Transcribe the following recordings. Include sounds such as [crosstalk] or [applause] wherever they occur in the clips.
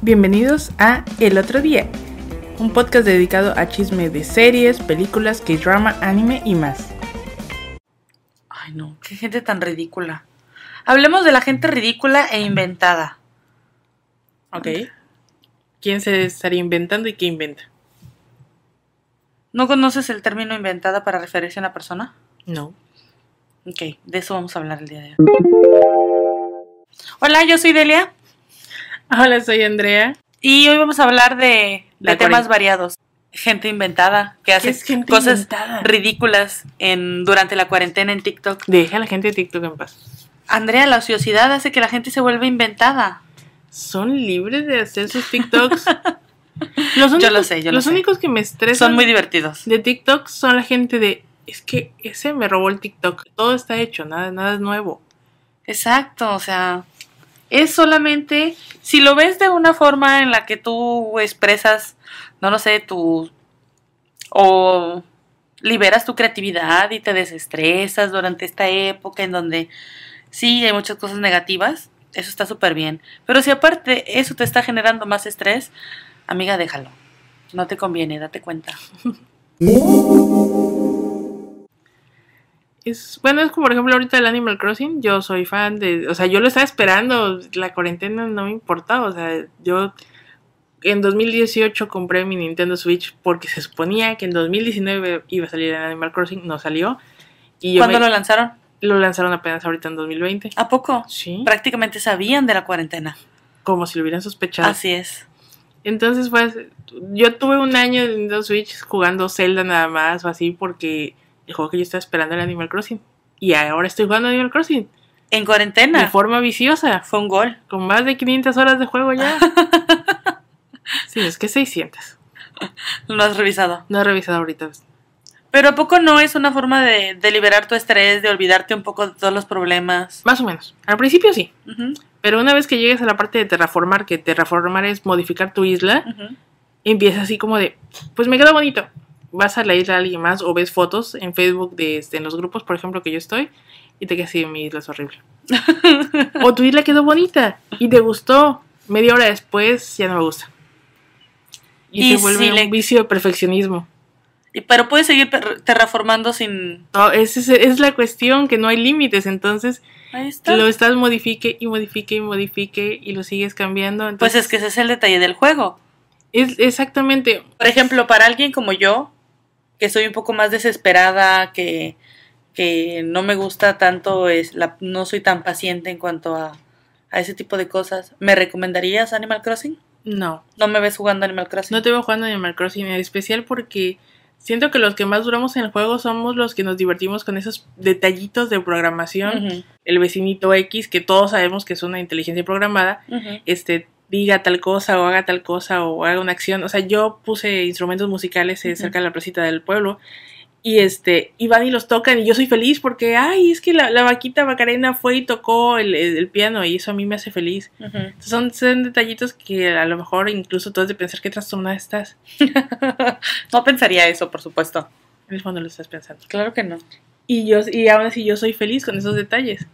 Bienvenidos a El Otro Día, un podcast dedicado a chisme de series, películas, K-drama, anime y más. Ay, no, qué gente tan ridícula. Hablemos de la gente ridícula e inventada. Ok. ¿Quién se estaría inventando y qué inventa? ¿No conoces el término inventada para referirse a una persona? No. Ok, de eso vamos a hablar el día de hoy. Hola, yo soy Delia Hola, soy Andrea. y hoy vamos a hablar de, La de temas cuarentena. variados. Gente inventada que hace es gente cosas inventada? ridículas en, durante la cuarentena en TikTok. Deja a la gente de TikTok en paz. Andrea, la ociosidad hace que la gente se vuelva inventada. ¿Son libres de hacer sus [laughs] TikToks? Los Yo únicos- lo sé, yo lo Los sé. únicos que me estresan Son muy divertidos. de TikTok son la gente de... Es que ese me robó el TikTok. Todo está hecho, nada, nada es nuevo. Exacto, o sea, es solamente si lo ves de una forma en la que tú expresas, no lo sé, tu o liberas tu creatividad y te desestresas durante esta época en donde sí hay muchas cosas negativas, eso está súper bien. Pero si aparte eso te está generando más estrés, amiga, déjalo. No te conviene, date cuenta. Es, bueno, es como por ejemplo ahorita el Animal Crossing, yo soy fan de, o sea, yo lo estaba esperando, la cuarentena no me importaba, o sea, yo en 2018 compré mi Nintendo Switch porque se suponía que en 2019 iba a salir el Animal Crossing, no salió, y yo ¿Cuándo me- lo lanzaron? lo... lanzaron apenas ahorita en 2020. ¿A poco? Sí, Prácticamente sabían de la cuarentena. como si lo hubieran sospechado. Así es. Entonces, pues, yo tuve un año de Nintendo Switch jugando Zelda nada más o así porque el juego que yo estaba esperando era Animal Crossing. Y ahora estoy jugando Animal Crossing. En cuarentena. de forma viciosa, Fue un gol. con más de 500 horas de juego [laughs] ya. sí, es que 600. [laughs] Lo has revisado. No he revisado ahorita. Pero ¿a poco no es una forma de, de liberar tu estrés, de olvidarte un poco de todos los problemas? Más o menos. Al principio sí, Ujú, pero una vez que llegues a la parte de terraformar, que terraformar es modificar tu isla, ujú. empieza así como de, pues me queda bonito. Vas a la isla de alguien más o ves fotos en Facebook de este, en los grupos, por ejemplo, que yo estoy, y te quedas así, mi isla es [laughs] horrible. o tu isla quedó bonita y te gustó. Media hora después ya no me gusta. Y, Y se vuelve si un le- vicio de perfeccionismo. Y, pero puedes seguir per- terraformando sin... No, esa Ah, es, es la cuestión, que no hay límites, entonces Ahí está. lo estás modifique y modifique y modifique y lo sigues cambiando. Pues Entonces, es que ese es el detalle del juego. es exactamente, Por ejemplo, para alguien como yo, que soy un poco más desesperada, que, que no me gusta tanto, es la, no soy tan paciente en cuanto a, a ese tipo de cosas, ¿me recomendarías Animal Crossing? no, ¿No me ves jugando Animal Crossing? no te veo jugando en Animal Crossing, en especial porque siento que los que más duramos en el juego somos los que nos divertimos con esos detallitos de programación. Ujú, El vecinito X, que todos sabemos que es una inteligencia programada, ujú. este diga tal cosa o haga tal cosa o haga una acción. O sea, yo puse instrumentos musicales eh, Ujú. cerca de la placita del pueblo y este y van y los tocan y yo soy feliz porque, ay, es que la, la vaquita Macarena fue y tocó el, el- el piano y eso a mí me hace feliz. Ujú. Son, son detallitos que a lo mejor incluso tú has de pensar qué trastornada estás. [laughs] no pensaría eso, por supuesto. En el fondo lo estás pensando. Claro que no. Y, yo, y aún así yo soy feliz con esos detalles.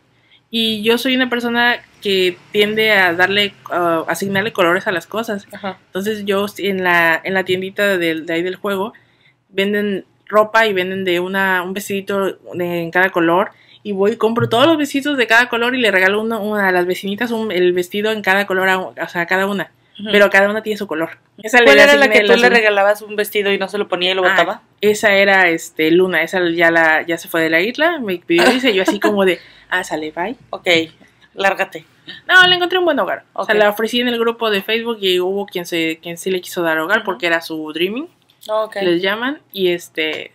Y yo soy una persona que tiende a darle, a asignarle colores a las cosas. Ajá. Entonces yo en la, en la tiendita del- de, ahí del juego venden ropa y venden de una, un vestidito de- en cada color y voy y compro todos los vestidos de cada color y le regalo uno, una a las vecinitas un- el vestido en cada color, a, o sea, a cada una, pero cada una tiene su color. Esa le ¿Cuál era la asigné que el tú le azul. regalabas un vestido y no se lo ponía y lo Ah, botaba? Esa era este Luna, esa ya la ya se fue de la isla, me pidió dice yo así como [laughs] de, ah, sale, bye. Ok, lárgate. No, le encontré un buen hogar. O sea, Ok. la ofrecí en el grupo de Facebook y hubo quien se quien sí le quiso dar hogar porque era su dreaming. Ok. les llaman y este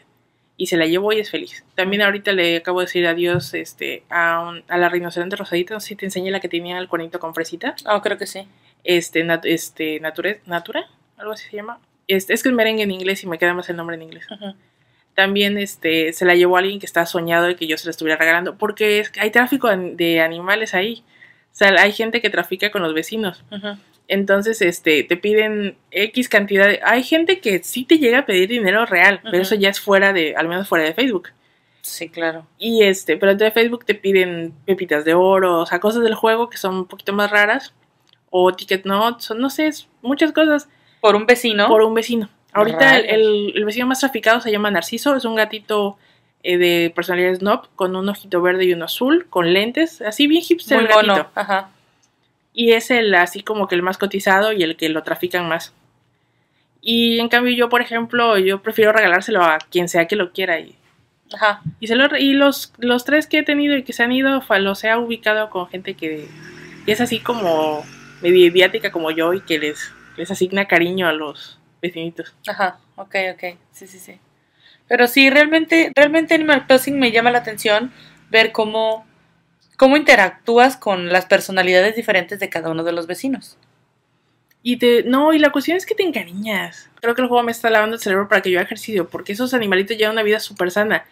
y se la llevó y es feliz. También ahorita le acabo de decir adiós este a, un- a la rinoceronte rosadita, no sé si te enseñé la que tenía el cuernito con fresita, Ah, creo que sí. este nat- este nature, natura, algo así se llama. Este, es que el merengue en inglés y me queda más el nombre en inglés. Ujú. También este se la llevó a alguien que está soñado de que yo se la estuviera regalando porque es que hay tráfico an- de animales ahí. O sea, hay gente que trafica con los vecinos. Ujú. Entonces, este, te piden X cantidad de... Hay gente que sí te llega a pedir dinero real, pero Ujú. eso ya es fuera de, al menos fuera de Facebook. Sí, claro. Y este, pero de Facebook te piden pepitas de oro, o sea, cosas del juego que son un poquito más raras. o ticket not, son, no sé, es muchas cosas Por un vecino. por un vecino. Ahorita el, Rayos. el- el vecino más traficado se llama Narciso, es un gatito eh, de personalidad snob con un ojito verde y uno azul, con lentes, así bien hipster Muy el gatito. mono. Ajá. Y es el así como que el más cotizado y el que lo trafican más. Y en cambio yo, por ejemplo, yo prefiero regalárselo a quien sea que lo quiera. Y, Ajá. y, se lo- y los, los tres que he tenido y que se han ido, fa- los he ubicado con gente que, que es así como medio idiática como yo y que les, les asigna cariño a los vecinitos. Ajá, ok, ok, sí, sí, sí. Pero sí, realmente, realmente Animal Crossing me llama la atención ver cómo, cómo interactúas con las personalidades diferentes de cada uno de los vecinos. Y te, no, y la cuestión es que te encariñas. Creo que el juego me está lavando el cerebro para que yo haga ejercicio, porque esos animalitos llevan una vida súper sana.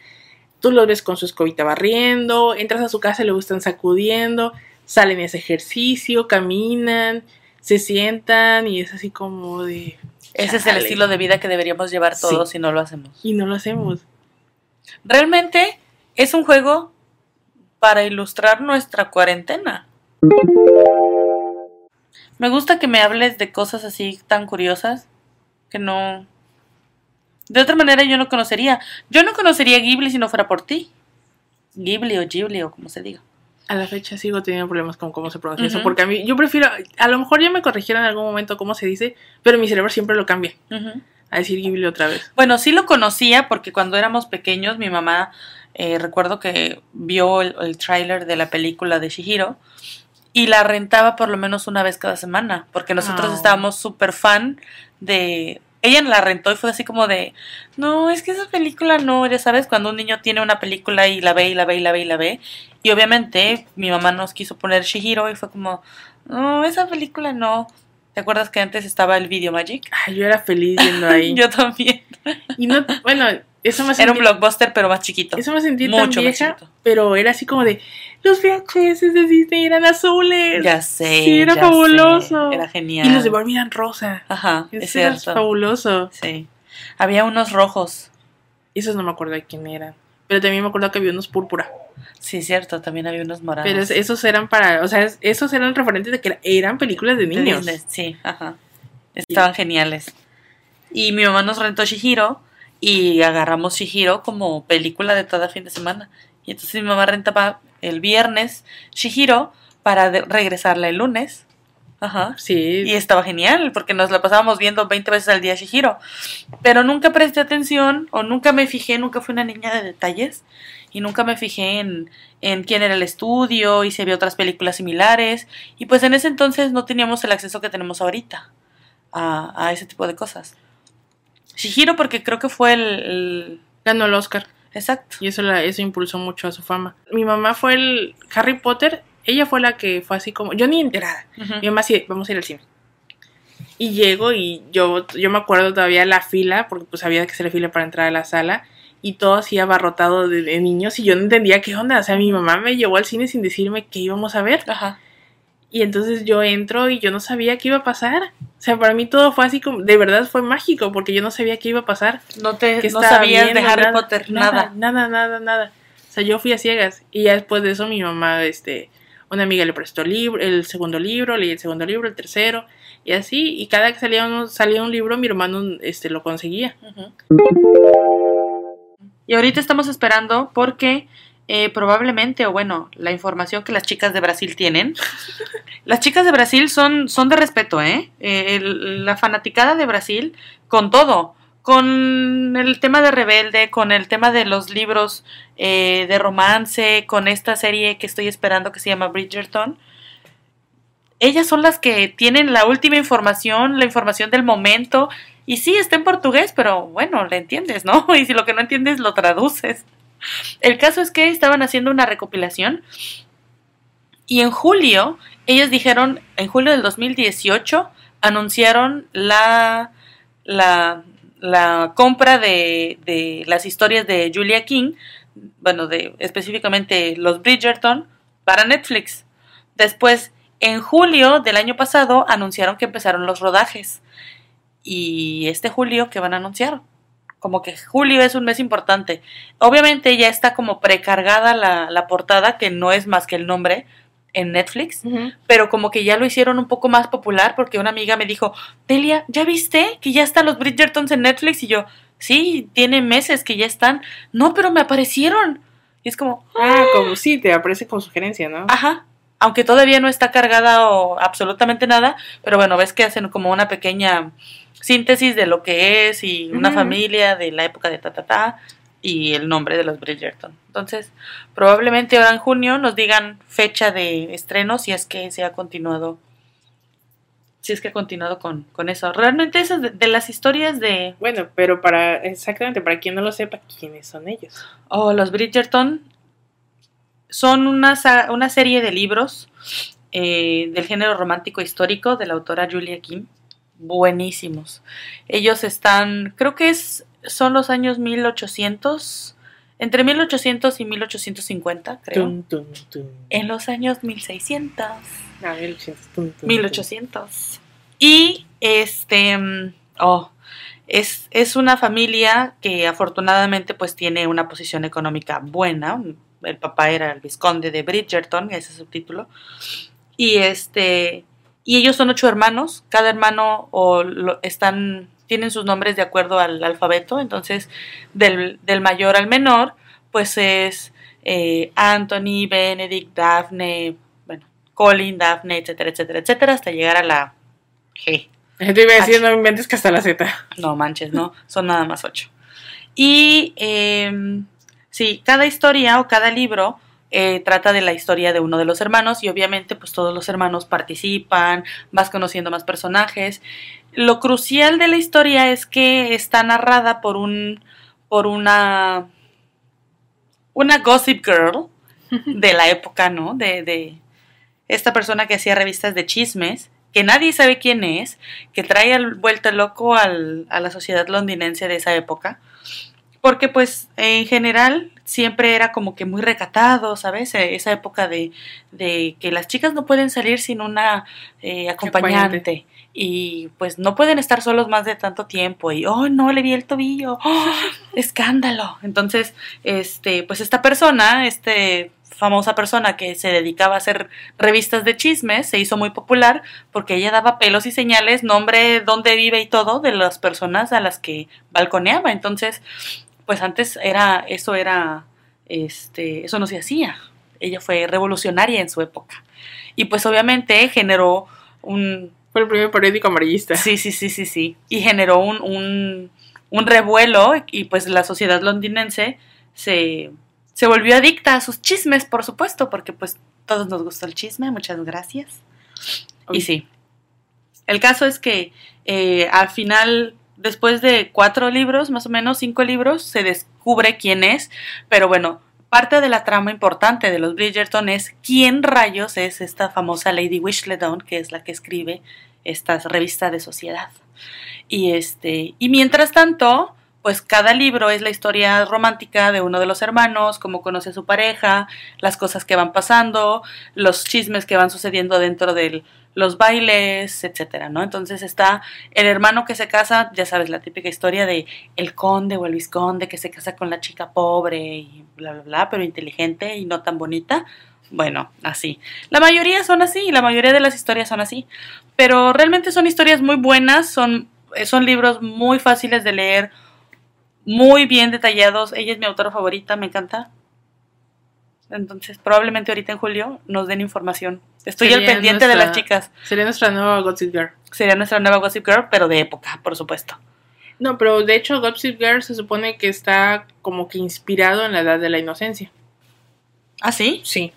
Tú los ves con su escobita barriendo, entras a su casa y le gustan sacudiendo, salen a ese ejercicio, caminan, se sientan y es así como de... Ese es el Chale. estilo de vida que deberíamos llevar Sí. todos si no lo hacemos. Y no lo hacemos. Realmente es un juego para ilustrar nuestra cuarentena. Me gusta que me hables de cosas así tan curiosas que no... De otra manera yo no conocería. Yo no conocería Ghibli si no fuera por ti. Ghibli o Ghibli o como se diga. A la fecha sigo teniendo problemas con cómo se pronuncia eso, Ujú. porque a mí, yo prefiero, a lo mejor ya me corrigieron en algún momento cómo se dice, pero mi cerebro siempre lo cambia Ujú. a decir Ghibli otra vez. Bueno, sí lo conocía porque cuando éramos pequeños mi mamá eh, recuerdo que vio el, el tráiler de la película de Shihiro y la rentaba por lo menos una vez cada semana porque nosotros Ah. estábamos súper fan de... Ella la rentó y fue así como de, no, es que esa película no, ya sabes, cuando un niño tiene una película y la ve y la ve y la ve y la ve. Y obviamente mi mamá nos quiso poner Shihiro y fue como, no, esa película no. ¿Te acuerdas que antes estaba el Video Magic? Ay, yo era feliz [laughs] yendo ahí. Yo también. Y no, bueno, eso me Era un sentí, blockbuster, pero más chiquito. eso me sentí tan Mucho más vieja, chiquito. pero era así como de los VHS de Disney eran azules Ya sé. Sí, era ya fabuloso. sé, Era genial. y los de Barbie eran rosa. Ajá, es Eso era cierto. fabuloso. Sí. Había unos rojos. Esos no me acuerdo de quién eran. Pero también me acuerdo que había unos púrpura. Sí, es cierto. También había unos morados. Pero es- esos eran para. O sea, es- esos eran referentes de que era- eran películas de De niños. Disney, Sí, ajá. Estaban geniales. Y mi mamá nos rentó Shihiro y agarramos Shihiro como película de cada fin de semana. Y entonces mi mamá rentaba el viernes Shihiro para de- regresarla el lunes. Ajá. Sí. Y estaba genial, porque nos la pasábamos viendo 20 veces al día Shihiro. Pero nunca presté atención, o nunca me fijé, nunca fui una niña de detalles, y nunca me fijé en, en quién era el estudio, y si había otras películas similares. Y pues en ese entonces no teníamos el acceso que tenemos ahorita a, a ese tipo de cosas. Shihiro, porque creo que fue el. el- Ganó el Oscar. Exacto. Y eso, la, eso impulsó mucho a su fama. Mi mamá fue el. Harry Potter, ella fue la que fue así como. Yo ni enterada. Mi Ujú. mamá sí, vamos a ir al cine. Y llego y yo, yo me acuerdo todavía la fila, porque pues había que hacer fila para entrar a la sala, y todo así abarrotado de, de niños, y yo no entendía qué onda. O sea, mi mamá me llevó al cine sin decirme qué íbamos a ver. Ajá. Y entonces yo entro y yo no sabía qué iba a pasar. O sea, para mí todo fue así como, de verdad fue mágico, porque yo no sabía qué iba a pasar. No, te, qué no estaba sabías de viendo, Harry nada, Potter, nada. Nada, nada, nada. O sea, yo fui a ciegas. Y ya después de eso mi mamá, este, una amiga le prestó libro, el segundo libro, leí el segundo libro, el tercero, y así. Y cada que salía, uno, salía un libro, mi hermano este, lo conseguía. Ujú. Y ahorita estamos esperando porque eh, probablemente, o bueno, la información que las chicas de Brasil tienen. [laughs] las chicas de Brasil son, son de respeto, ¿eh? Eh, el- la fanaticada de Brasil con todo. Con el tema de Rebelde, con el tema de los libros eh, de romance, con esta serie que estoy esperando que se llama Bridgerton. Ellas son las que tienen la última información, la información del momento, y sí, está en portugués, pero bueno, le entiendes, ¿no? [laughs] Y si lo que no entiendes, lo traduces. El caso es que estaban haciendo una recopilación y en julio, ellos dijeron, en julio del 2018, anunciaron la, la, la compra de, de las historias de Julia King, bueno, de específicamente los Bridgerton, para Netflix. Después, en julio del año pasado, anunciaron que empezaron los rodajes y este julio que van a anunciar. Como que julio es un mes importante. Obviamente ya está como precargada la, la portada, que no es más que el nombre, en Netflix, Ujú. pero como que ya lo hicieron un poco más popular porque una amiga me dijo, Delia, ¿ya viste que ya están los Bridgertons en Netflix? Y yo, sí, tiene meses que ya están. No, pero me aparecieron. Y es como, Ah, como, sí, te aparece como sugerencia, ¿no? Ajá. Aunque todavía no está cargada o absolutamente nada, pero bueno, ves que hacen como una pequeña síntesis de lo que es y una Ujú. familia de la época de ta ta ta y el nombre de los Bridgerton. Entonces, probablemente ahora en junio nos digan fecha de estreno si es que se ha continuado si es que ha continuado con, con eso. Realmente esas de, de las historias de Bueno, pero para, exactamente, para quien no lo sepa, ¿quiénes son ellos? Oh, los Bridgerton son una, sa- una serie de libros eh, del género romántico histórico de la autora Julia Kim. Buenísimos. Ellos están, creo que es, son los años 1800, entre 1800 y 1850, creo. Eh, Tun, tun, tun. En los años 1600. Ah, 1800. tun, tun, 1800. Y este, mm, oh, es, es una familia que afortunadamente pues tiene una posición económica buena. El papá era el vizconde de Bridgerton, ese es su título. Y este, y ellos son ocho hermanos. Cada hermano o lo- están, tienen sus nombres de acuerdo al alfabeto. Entonces, del, del mayor al menor, pues es eh, Anthony, Benedict, Daphne, bueno, Colin, Daphne, etcétera, etcétera, etcétera, hasta llegar a la G. tun. Te iba a decir, no inventes que hasta la Z. No manches, no, son nada más ocho. Y eh, sí, cada historia o cada libro eh, trata de la historia de uno de los hermanos y obviamente pues todos los hermanos participan, vas conociendo más personajes. Lo crucial de la historia es que está narrada por un por una una gossip girl de la época, ¿no? De, de esta persona que hacía revistas de chismes, que nadie sabe quién es, que trae al, vuelta loco al- a la sociedad londinense de esa época. Porque pues en general siempre era como que muy recatado, ¿sabes? E- Esa época de, de que las chicas no pueden salir sin una eh, acompañante. Acompañante. Y pues no pueden estar solos más de tanto tiempo. Y, oh, no, le vi el tobillo. ¡Oh, escándalo. Entonces, este, pues esta persona, este famosa persona que se dedicaba a hacer revistas de chismes, se hizo muy popular porque ella daba pelos y señales, nombre, dónde vive y todo de las personas a las que balconeaba. Entonces, pues antes era eso era este, eso no se hacía. Ella fue revolucionaria en su época. Y pues obviamente generó un Fue el primer periódico amarillista. Sí, sí, sí, sí, sí. Y generó un, un, un revuelo y pues la sociedad londinense se, se volvió adicta a sus chismes, por supuesto, porque pues todos nos gustó el chisme, muchas gracias. Y sí. El caso es que eh, al final, después de cuatro libros, más o menos cinco libros, se descubre quién es, pero bueno. Parte de la trama importante de los Bridgerton es quién rayos es esta famosa Lady Wishledon, que es la que escribe estas revistas de sociedad. Y este, y mientras tanto, pues cada libro es la historia romántica de uno de los hermanos, cómo conoce a su pareja, las cosas que van pasando, los chismes que van sucediendo dentro de los bailes, etcétera, ¿no? Entonces está el hermano que se casa, ya sabes, la típica historia de el conde o el vizconde que se casa con la chica pobre y bla bla bla, pero inteligente y no tan bonita. Bueno, así. La mayoría son así, la mayoría de las historias son así pero realmente son historias muy buenas, son, eh, son libros muy fáciles de leer, muy bien detallados. Ella es mi autora favorita, me encanta. Entonces, probablemente ahorita en julio nos den información. Estoy al Sería pendiente de nuestra- las chicas. Sería nuestra nueva Gossip Girl. Sería nuestra nueva Gossip Girl, pero de época, por supuesto. No, pero de hecho Gossip Girl se supone que está como que inspirado en la edad de la inocencia. ¿Ah, sí? Sí.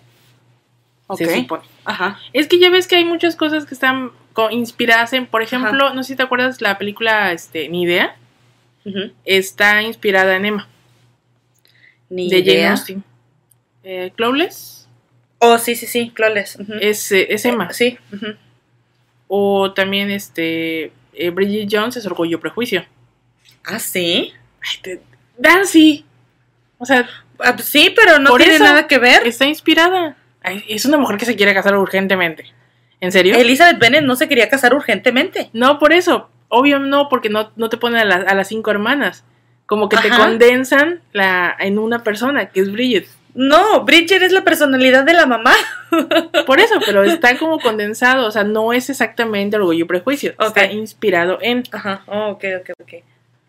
Ok. Se supone. Ajá. Es que ya ves que hay muchas cosas que están co- inspiradas en, por ejemplo, no sé si te acuerdas la película este, Ni Idea, Ujú. está inspirada en Emma, Ni de Jane idea. Austen. Eh, Clueless Oh, sí, sí, sí, Cloles. es, eh, es Emma. Sí. ujú. O también este eh, Bridget Jones es Orgullo y Prejuicio. Ah, sí. Ay, te- Darcy. O sea, Ah, pues sí, pero no Por tiene eso- nada que ver. está inspirada. Er Ay, es una mujer que se quiere casar urgentemente. ¿En serio? Elizabeth Bennet no se quería casar urgentemente. No, por eso. Obvio no, porque no, no te ponen a, las- a las cinco hermanas. Como que te Ajá. condensan la, en una persona, que es Bridget. No, Bridger es la personalidad de la mamá. Por eso, pero está como condensado, o sea, no es exactamente orgullo y prejuicio, está Ok. inspirado en. Ajá, oh, ok, ok, ok.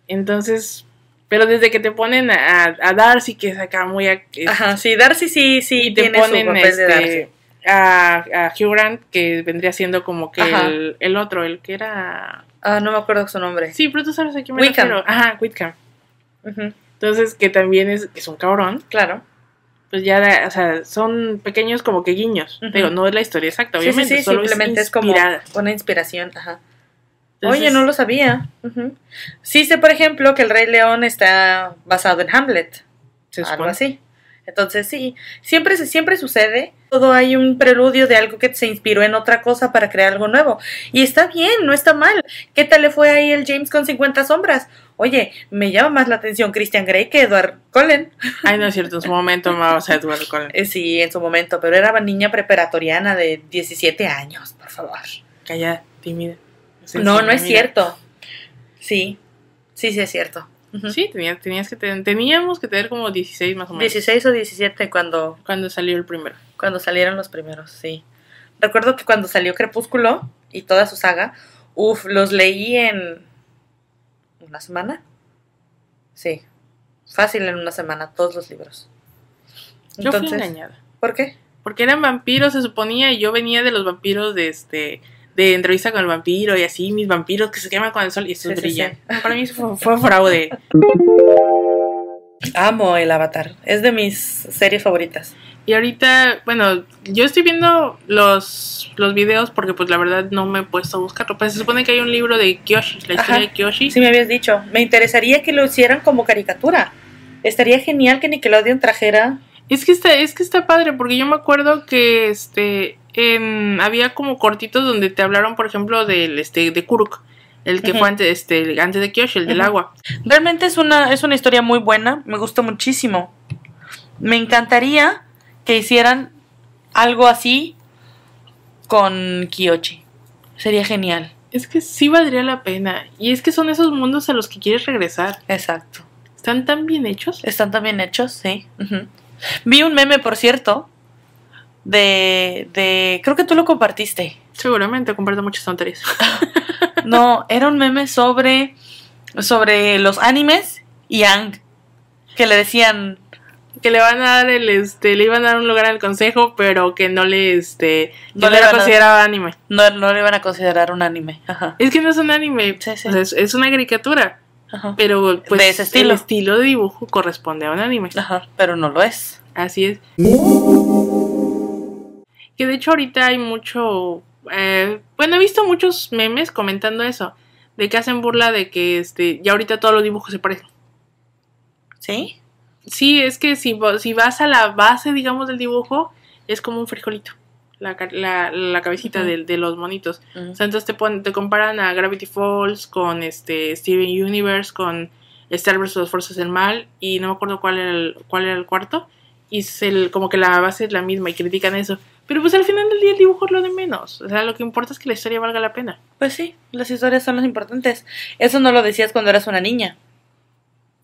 Entonces, pero desde que te ponen a, a Darcy, que es acá muy... ac- Ajá, sí, Darcy sí, sí, y te tiene ponen su papel de Darcy. este, a, a Hugh Grant, que vendría siendo como que Ajá. el, el otro, el que era... Ah, no me acuerdo su nombre. Sí, pero tú sabes a quién me Wickham. refiero. Ajá, Whitcomb. Ujú, Entonces, que también es, es un cabrón. claro. Pues ya, da- o sea, son pequeños como que guiños. Ujú. Digo, no es la historia exacta, Sí, sí, obviamente. sí, solo simplemente es es, como inspirada. una inspiración. Ajá. Oye, Entonces, no lo sabía. Ujú. Sí sé, por ejemplo, que el Rey León está basado en Hamlet, se algo supone. así. Entonces sí, siempre se- siempre sucede. Todo hay un preludio de algo que se inspiró en otra cosa para crear algo nuevo. Y está bien, no está mal. ¿Qué tal le fue ahí el James con 50 sombras? Oye, me llama más la atención Christian Grey que Edward Cullen. Ay, no es cierto, en su momento amabas a Edward Cullen. Eh, Sí, en su momento, pero era niña preparatoriana de 17 años, por favor. Callada, tímida. Sí, [laughs] no, sí, no es mira. cierto. Sí, sí, sí es cierto. Ujú. Sí, tenías, tenías que ten- teníamos que tener como 16 más o menos. 16 o 17 cuando, Cuando salió el primero. cuando salieron los primeros, sí. Recuerdo que cuando salió Crepúsculo y toda su saga, uff, los leí en una semana. Sí, fácil en una semana, todos los libros. Yo fui Entonces, engañada. ¿por qué? Porque eran vampiros, se suponía, y yo venía de los vampiros de este de entrevista con el vampiro y así, mis vampiros que se queman con el sol y eso Sí, sí, [laughs] brillan. Para mí eso fue, fue fraude. Amo el Avatar, es de mis series favoritas. Y ahorita, bueno, yo estoy viendo los, los videos porque pues la verdad no me he puesto a buscarlo. Pues se supone que hay un libro de Kyoshi, la historia Ajá. de Kyoshi. Sí, me habías dicho. Me interesaría que lo hicieran como caricatura. Estaría genial que Nickelodeon trajera. Es que está, es que está padre, porque yo me acuerdo que este en- había como cortitos donde te hablaron, por ejemplo, del este, de Kuruk, el que Ujú. fue antes, este, el- antes de Kyoshi, el del Ujú. agua. Realmente es una, es una historia muy buena. Me gusta muchísimo. Me encantaría que hicieran algo así con Kiyoshi. Sería genial. Es que sí valdría la pena. Y es que son esos mundos a los que quieres regresar. Exacto. Están tan bien hechos. Están también hechos, sí. Ujú. Vi un meme, por cierto, de, de... Creo que tú lo [laughs] compartiste. Seguramente comparto muchas tonterías. No, era un meme sobre, sobre los animes y Ang. Que le decían, que le van a dar el, este, le iban a dar un lugar al consejo, pero que no le, este, que No no, le era van a- considerado anime. no, no le iban a considerar un anime. Ajá, Es que no es un anime. Sí, sí. o sea, es, es una caricatura. ajá, Pero pues De ese estilo. el estilo de dibujo corresponde a un anime. ajá, pero no lo es. Así es. Que de hecho ahorita hay mucho... eh, bueno, he visto muchos memes comentando eso. De que hacen burla de que este, ya ahorita todos los dibujos se parecen. ¿Sí? Sí, es que si, vo- si vas a la base, digamos, del dibujo, es como un frijolito. La, ca- la, la cabecita Ujú. del- de, los monitos. Mm. O sea, entonces te, pon- te comparan a Gravity Falls con este Steven Universe, con Star vs. las Fuerzas del Mal, y no me acuerdo cuál era el, cuál era el cuarto. Y es el, como que la base es la misma y critican eso. Pero pues al final del día el dibujo es lo de menos. O sea, lo que importa es que la historia valga la pena. Pues sí, las historias son las importantes. Eso no lo decías cuando eras una niña.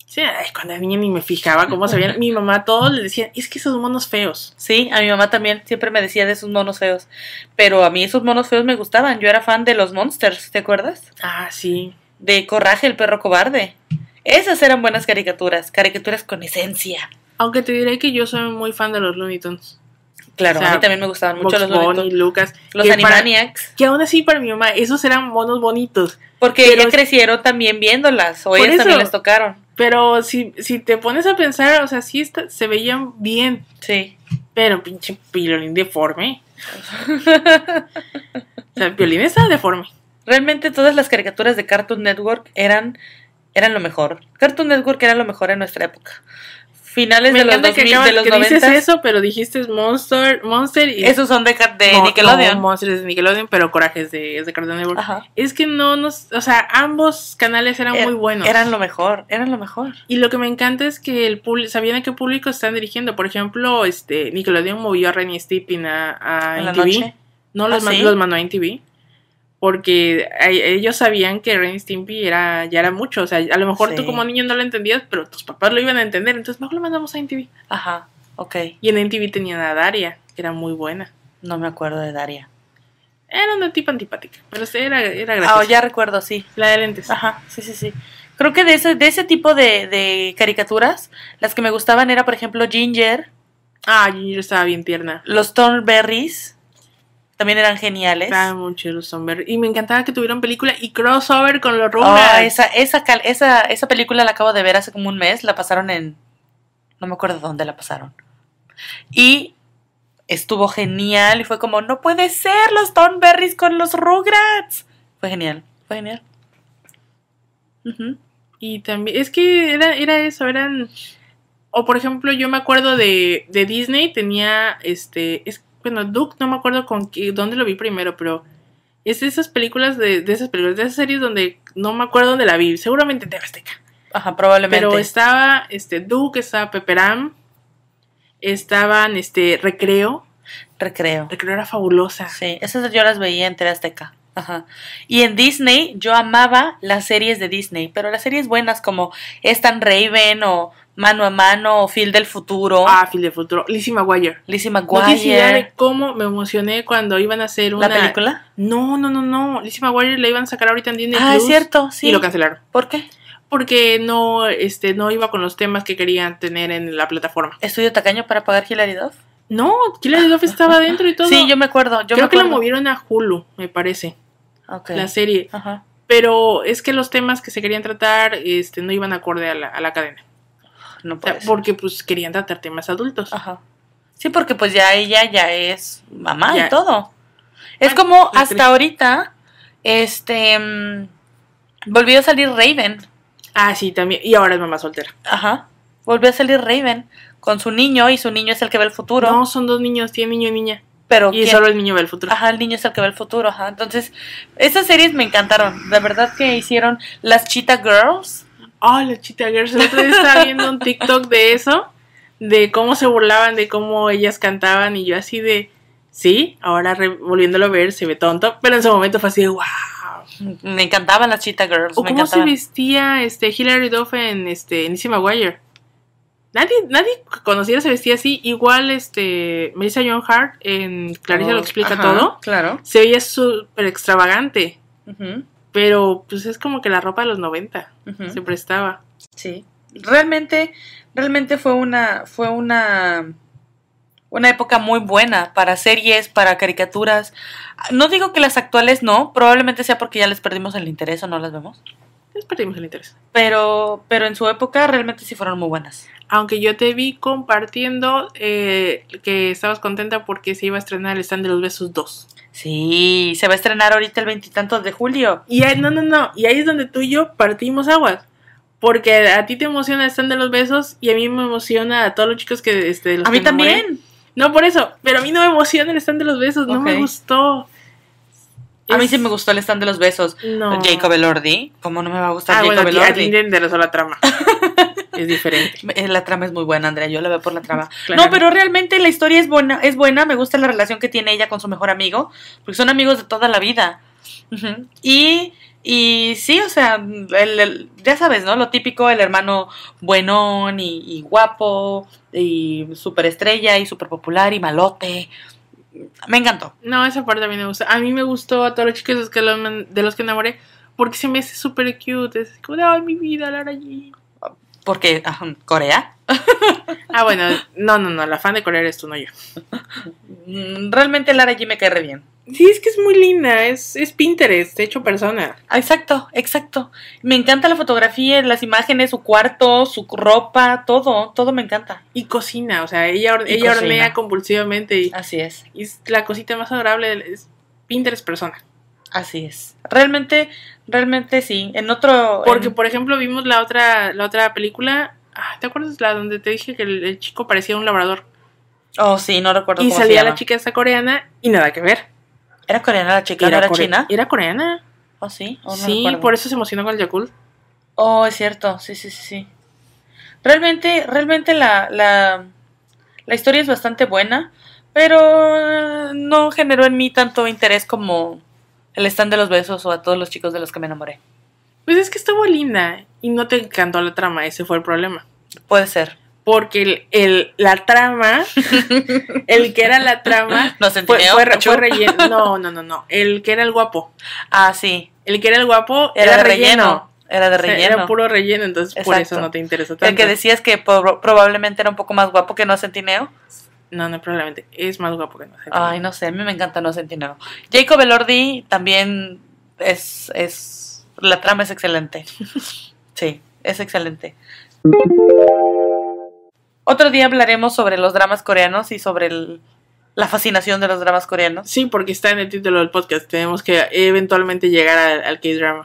Sí, ay, cuando era niña ni me fijaba cómo se veían. Mi mamá a todos le decía, es que esos monos feos. Sí, a mi mamá también siempre me decía de esos monos feos. Pero a mí esos monos feos me gustaban. Yo era fan de los Monsters, ¿te acuerdas? Ah, sí. De Coraje, el perro cobarde. Esas eran buenas caricaturas, caricaturas con esencia. Aunque te diré que yo soy muy fan de los Looney Tunes. Claro, O sea, a mí también me gustaban mucho Bugs los Looney Bunny, Tunes. Lucas. Los que para- Animaniacs. que aún así para mi mamá, esos eran monos bonitos. Porque Pero- ellas crecieron también viéndolas. O Por ellas también eso. las tocaron. Pero si, si te pones a pensar, o sea, sí está- se veían bien. Sí. Pero pinche violín [laughs] deforme. O sea, violín estaba deforme. Realmente todas las caricaturas de Cartoon Network eran, eran lo mejor. Cartoon Network era lo mejor en nuestra época. Finales Me de los encanta que 2000, acabas de los que dices 90. eso, pero dijiste Monster, Monster y Esos son de, Ca- de Mo- Nickelodeon. Ah. no, Monster es de Nickelodeon, pero Coraje es de, es de Cartoon Network. Ajá. Es que no nos, o sea, ambos canales eran Er- muy buenos. Eran lo mejor, eran lo mejor. Y lo que me encanta es que el público, sabían a qué público están dirigiendo. Por ejemplo, este Nickelodeon movió a Renny Stippin a, a En la MTV. noche. No los, ¿Ah, man- sí? los mandó a MTV. Porque a- ellos sabían que Renny Stimpy era, ya era mucho. O sea, a lo mejor tú Sí. como niño no lo entendías, pero tus papás lo iban a entender. Entonces, mejor lo mandamos a MTV. Ajá. Ok, Y en MTV tenían a Daria, que era muy buena. no me acuerdo de Daria. Era una tipa antipática, pero sí, era, era Ah, graciosa. ya recuerdo, sí. La de lentes. Ajá, sí, sí, sí. Creo que de ese, de ese tipo de, de caricaturas, las que me gustaban era, por ejemplo, Ginger, Ah, Ginger estaba bien tierna. los Thornberries, también eran geniales. Estaban muy chidos, hombre. Y me encantaba que tuvieron película y crossover con los Oh, Rugrats. esa, esa, cal- esa, esa película la acabo de ver hace como un mes, la pasaron en... No me acuerdo dónde la pasaron. Y estuvo genial y fue como, no puede ser los Thornberries con los Rugrats. Fue genial, fue genial. Ujú. Y también, es que era, era eso, eran... O por ejemplo, yo me acuerdo de, de Disney, tenía este... Es, bueno, Duke, no me acuerdo con qué, dónde lo vi primero, pero... Es de esas películas, de, de esas películas, de esas series donde no me acuerdo dónde la vi. Seguramente en TV Azteca. Ajá, probablemente. Pero estaba este Duke, estaba Peperam, estaban este Recreo. Recreo. Recreo era fabulosa. Sí, esas yo las veía en TV Azteca. Ajá. Y en Disney yo amaba las series de Disney, pero las series buenas como Stan Raven o Mano a Mano o Phil del Futuro, Ah, Phil de Futuro. Lizzie McGuire. Lizzie No tienes idea de McGuire, cómo me emocioné cuando iban a hacer una. la película. No, no, no, no. Lizzie McGuire la iban a sacar ahorita en Disney Ah, es Plus cierto, sí. Y lo cancelaron. ¿Por qué? Porque no, este, no iba con los temas que querían tener en la plataforma. Estudio tacaño para pagar hilaridad. No, Killer [laughs] Duff estaba dentro y todo. Sí, yo me acuerdo. Yo Creo me que la acuerdo. movieron a Hulu, me parece. Ok. La serie. Ajá. pero es que los temas que se querían tratar este, no iban acorde a la, a la cadena. No O sea, puede ser. porque pues querían tratar temas adultos. Ajá. Sí, porque pues ya ella ya es mamá Ya. y todo. Es Ay, como qué triste. hasta ahorita, este, mm, volvió a salir Raven. Ah, sí, también. Y ahora es mamá soltera. Ajá. Volvió a salir Raven con su niño y su niño es el que ve el futuro. No, son dos niños, tiene niño y niña. pero Y ¿quién? solo el niño ve el futuro. Ajá, el niño es el que ve el futuro, ajá. Entonces, esas series me encantaron. La verdad que hicieron las Cheetah Girls. Ah, la Cheetah Girls. El otro día estaba viendo un TikTok de eso, de cómo se burlaban, de cómo ellas cantaban y yo así de... Sí, ahora re- volviéndolo a ver se ve tonto, pero en su momento fue así de wow. Me encantaban las Cheetah Girls. ¿O Pues, me cómo se encantaban. vestía este Hilary Duff en este en Lizzie McGuire? Nadie, nadie conocida se vestía así. Igual este Melissa John Hart en Clarissa lo Oh, explica ajá, todo. Claro. Se veía súper extravagante. Ujú, Pero pues es como que la ropa de los 90 ujú. se prestaba. Sí. Realmente, realmente fue una, fue una, una época muy buena para series, para caricaturas. No digo que las actuales no, probablemente sea porque ya les perdimos el interés o no las vemos. Les perdimos el interés. Pero, pero en su época realmente sí fueron muy buenas. Aunque yo te vi compartiendo eh, que estabas contenta porque se iba a estrenar el stand de los besos 2. Sí, se va a estrenar ahorita el veintitantos de julio. Y ahí- no, no, no. Y ahí es donde tú y yo partimos aguas. Porque a ti te emociona el stand de los besos y a mí me emociona a todos los chicos que este, de los A mí que enamoré. también. No, por eso. Pero a mí no me emociona el stand de los besos. No me Ok. gustó. A mí Es- sí me gustó el stand de los besos. No. Jacob Elordi. ¿Cómo no me va a gustar Ah, Jacob bueno, a ti- a ti Elordi? entenderás la [laughs] trama. es diferente. Eh, La trama es muy buena, Andrea. Yo la veo por la trama. Claro. No, pero realmente la historia es buena. Es buena. Me gusta la relación que tiene ella con su mejor amigo. Porque son amigos de toda la vida. Ujú. Y. Y sí, o sea, el- el- ya sabes, ¿no? Lo típico, el hermano buenón y, y guapo, y superestrella, y súper popular, y malote. Me encantó. No, esa parte a mí no me gusta. A mí me gustó a todos los chicos de los que, lo- de los que enamoré porque se me hace súper cute. Es como, de, ay, mi vida, Lara Jean. Porque, ajá, Corea. Ah, bueno, [laughs] no, no, no. La fan de Corea eres tú, no yo. Mm, Realmente Lara G me cae re bien. Sí, es que es muy linda, es, es Pinterest, de hecho persona. Ah, Exacto, exacto. Me encanta la fotografía, las imágenes, su cuarto, su ropa, todo, todo me encanta. Y cocina, o sea, ella, or- Y ella cocina. hornea compulsivamente y, Así es, y es la cosita más adorable es Pinterest persona. así es. Realmente, realmente sí. En otro... Porque, en- por ejemplo, vimos la otra, la otra película, ah, ¿te acuerdas la donde te dije que el, el chico parecía un labrador? Oh, sí, no recuerdo Y cómo se salía llama. la chica esta coreana y nada que ver. ¿Era coreana la chica? ¿No era core- china? Era coreana. Oh, sí. Oh, no sí, recuerdo. por eso se emocionó con el Yakult. Oh, es cierto, sí, sí, sí, sí. Realmente, realmente la, la, la historia es bastante buena, pero eh, no generó en mí tanto interés como el stand de los besos o a todos los chicos de los que me enamoré. Pues es que estuvo linda y no te encantó la trama, ese fue el problema. Puede ser. porque el, el- la trama, [laughs] el que era la [laughs] trama, Nos fue, entiende. fue re- fue relleno. No, no, no, no. El que era el guapo. Ah, sí. El que era el guapo Era, era, de relleno. relleno. Era de O sea, relleno. Era puro relleno, entonces por eso Exacto. no te interesa tanto. el que decías que por- probablemente era un poco más guapo que No Centineo. No, no, probablemente. Es más guapo que no sé. Ay, no sé, a mí me encanta No Centineo. Jacob Elordi también es, es. La trama es [laughs] excelente. Sí, es excelente. Otro día hablaremos sobre los dramas coreanos y sobre el- la fascinación de los dramas coreanos. Sí, porque está en el título del podcast. Tenemos que eventualmente llegar al, al K-drama.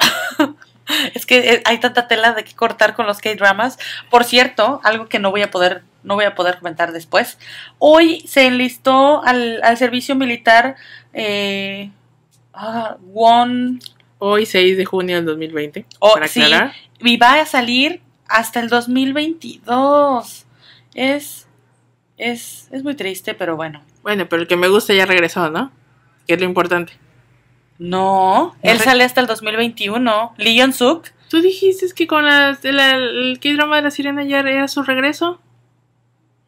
Es que eh, hay tanta tela de que cortar con los K-dramas. Por cierto, algo que no voy a poder, no voy a poder comentar después. Hoy se enlistó al, al servicio militar eh, ah, Won Hoy, 6 de junio del 2020. Oh, para sí. aclarar. y va a salir hasta el 2022. Es, es, es muy triste, pero bueno. Bueno, pero el que me gusta ya regresó, ¿no? Que es lo importante. No, él sé. sale hasta el 2021. Lee Young Suk. ¿Tú dijiste que con la, la- el K-drama de la sirena ya era su regreso?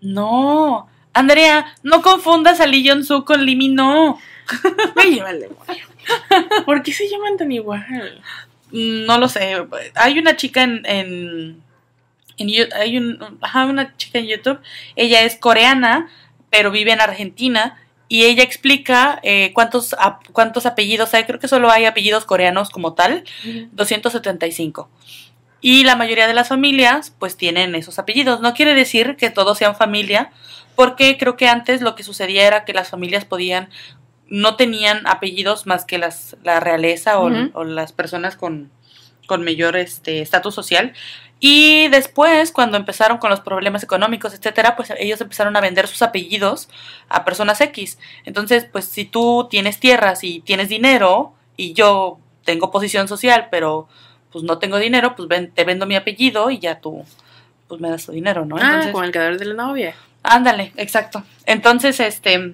No. Andrea, no confundas a Lee Young Suk con Lee Min Ho. [laughs] Me lleva el demonio. [laughs] ¿Por qué se llaman tan igual? Mm, No lo sé. Hay una chica en. en, en Yu- hay un- ajá, una chica en YouTube. Ella es coreana, pero vive en Argentina. Y ella explica eh, cuántos, ap- cuántos apellidos hay. Creo que solo hay apellidos coreanos como tal. Ah, 275. Y la mayoría de las familias pues tienen esos apellidos. No quiere decir que todos sean familia, porque creo que antes lo que sucedía era que las familias podían, no tenían apellidos más que las, la realeza o- Ujú. o, las personas con, con mayor este, estatus social. Y después, cuando empezaron con los problemas económicos, etcétera, pues ellos empezaron a vender sus apellidos a personas X. Entonces, pues si tú tienes tierras y tienes dinero y yo tengo posición social, pero pues no tengo dinero, pues ven- te vendo mi apellido y ya tú pues me das tu dinero, ¿no? Ah, Entonces, con el cadáver de la novia. ándale, exacto. Entonces, este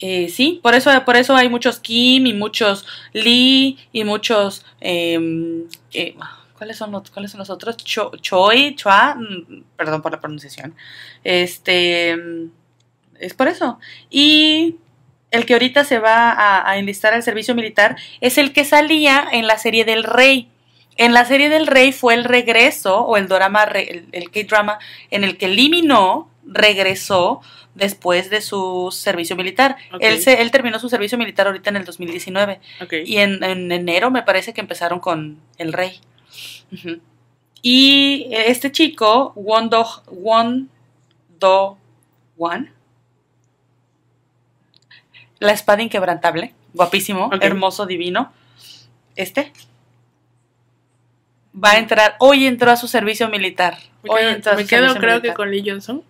eh, sí, por eso por eso hay muchos Kim y muchos Lee y muchos em, eh, ¿Cuáles son, los, ¿Cuáles son los otros? Cho- Choi, Chua, mm, perdón por la pronunciación. Este, mm, es por eso. Y el que ahorita se va a, a enlistar al servicio militar es el que salía en la serie del rey. En la serie del rey fue el regreso o el drama, el, el K-drama en el que eliminó, regresó después de su servicio militar. Ok. Él, se, él terminó su servicio militar ahorita en el 2019 Ok. y en, en enero me parece que empezaron con el rey. Ujú. Y este chico, Won Do, Won Do Wan, la espada inquebrantable, guapísimo, Ok. hermoso, divino, este va a entrar, hoy entró a su servicio militar. Me hoy quedo- entró a me su quedo servicio creo que militar. con Lee Johnson.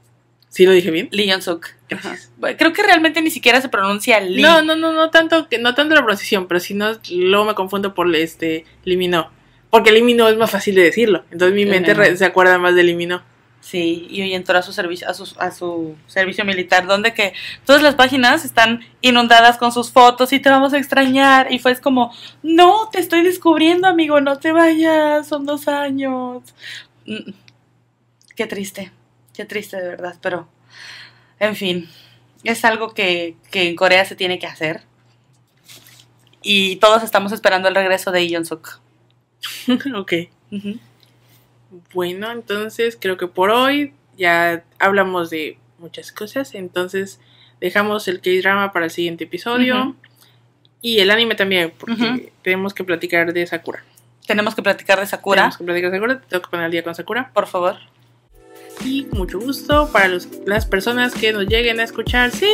¿Sí lo dije bien? Lee Young-suk. Gracias. Bueno, Creo que realmente ni siquiera se pronuncia Lee. No, no, no, no tanto, que- no tanto la pronunciación, pero si no, luego me confundo por este, eliminó. Porque eliminó es más fácil de decirlo. Entonces mi mente Ujú. re- se acuerda más de eliminó. Sí, y hoy entró a su servicio, a su, a su servicio militar, donde que todas las páginas están inundadas con sus fotos y te vamos a extrañar. Y fue es como, no, te estoy descubriendo, amigo, no te vayas, son dos años. Mm, Qué triste, qué triste de verdad, pero en fin, es algo que, que en Corea se tiene que hacer. Y todos estamos esperando el regreso de Lee Jong-suk. [laughs] ok. Bueno, entonces creo que por hoy ya hablamos de muchas cosas. Entonces dejamos el K-drama para el siguiente episodio. Ujú. Y el anime también, porque Ujú. tenemos que platicar de Sakura. Tenemos que platicar de Sakura, Tenemos que platicar de Sakura, te tengo que poner al día con Sakura. por favor. Y con mucho gusto para los- las personas que nos lleguen a escuchar. Sí,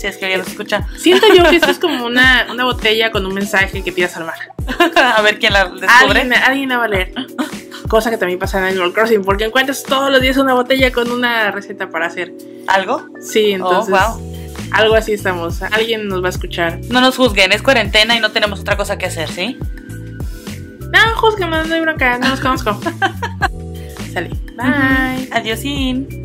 Si es que alguien nos escucha. Siento yo que esto es como una, una botella con un mensaje que tiras al mar. [laughs] A ver quién la descubre. Alguien, alguien la va a leer. Cosa que también pasa en Animal Crossing, porque encuentras todos los días una botella con una receta para hacer. ¿Algo? Sí, entonces Oh, wow. algo así estamos. Alguien nos va a escuchar. No nos juzguen, es cuarentena y no tenemos otra cosa que hacer, ¿sí? [laughs] No, juzguenos, no hay bronca, no los conozco. Sale. Bye. Adiósín.